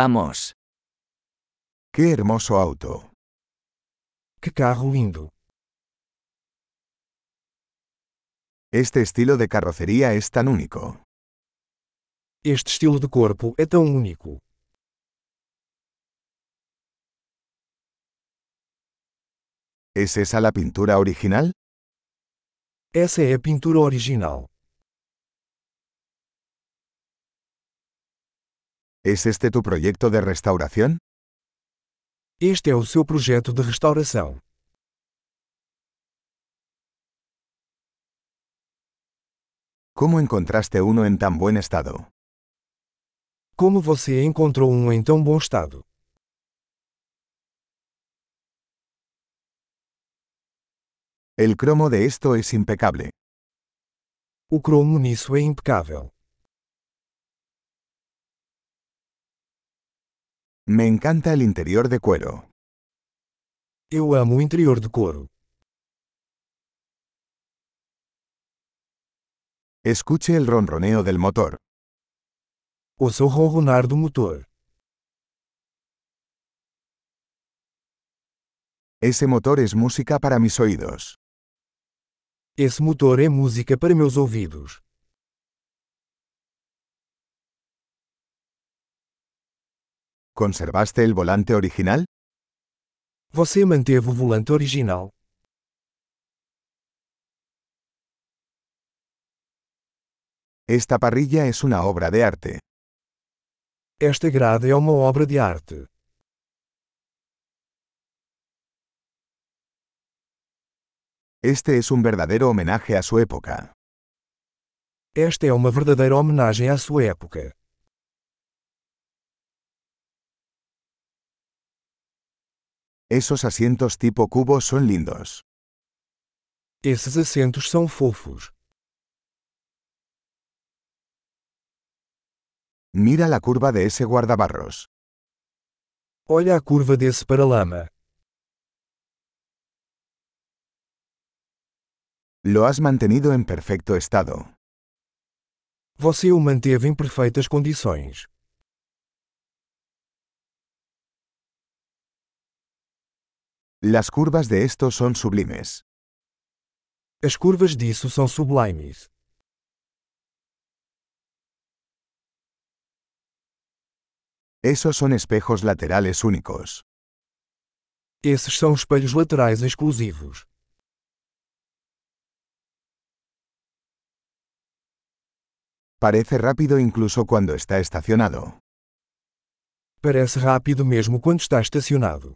Vamos. ¡Qué hermoso auto! Que carro lindo! Este estilo de carrocería es tan único. Este estilo de corpo é tão único. ¿Es esa la pintura original? Essa é a pintura original. ¿Es este tu proyecto de restauración? Este é o seu projeto de restauração. ¿Cómo encontraste uno en tan buen estado? Como você encontrou um em tão bom estado? El cromo de esto es impecable. O cromo nisso é impecável. Me encanta el interior de cuero. Eu amo o interior de couro. Escuche el ronroneo del motor. Ouça o ronronar do motor. Ese motor es música para mis oídos. Esse motor é música para meus ouvidos. ¿Conservaste el volante original? Você manteve o volante original. Esta parrilla es una obra de arte. Esta grade é uma obra de arte. Este es un verdadero homenaje a su época. Esta é uma verdadeira homenagem à sua época. Esos asientos tipo cubo son lindos. Esses assentos são fofos. Mira la curva de ese guardabarros. Olha a curva desse paralama. Lo has mantenido en perfecto estado. Você o manteve em perfeitas condições. Las curvas de estos son sublimes. As curvas disso são sublimes. Esos son espejos laterales únicos. Esses são espelhos laterais exclusivos. Parece rápido incluso cuando está estacionado. Parece rápido mesmo quando está estacionado.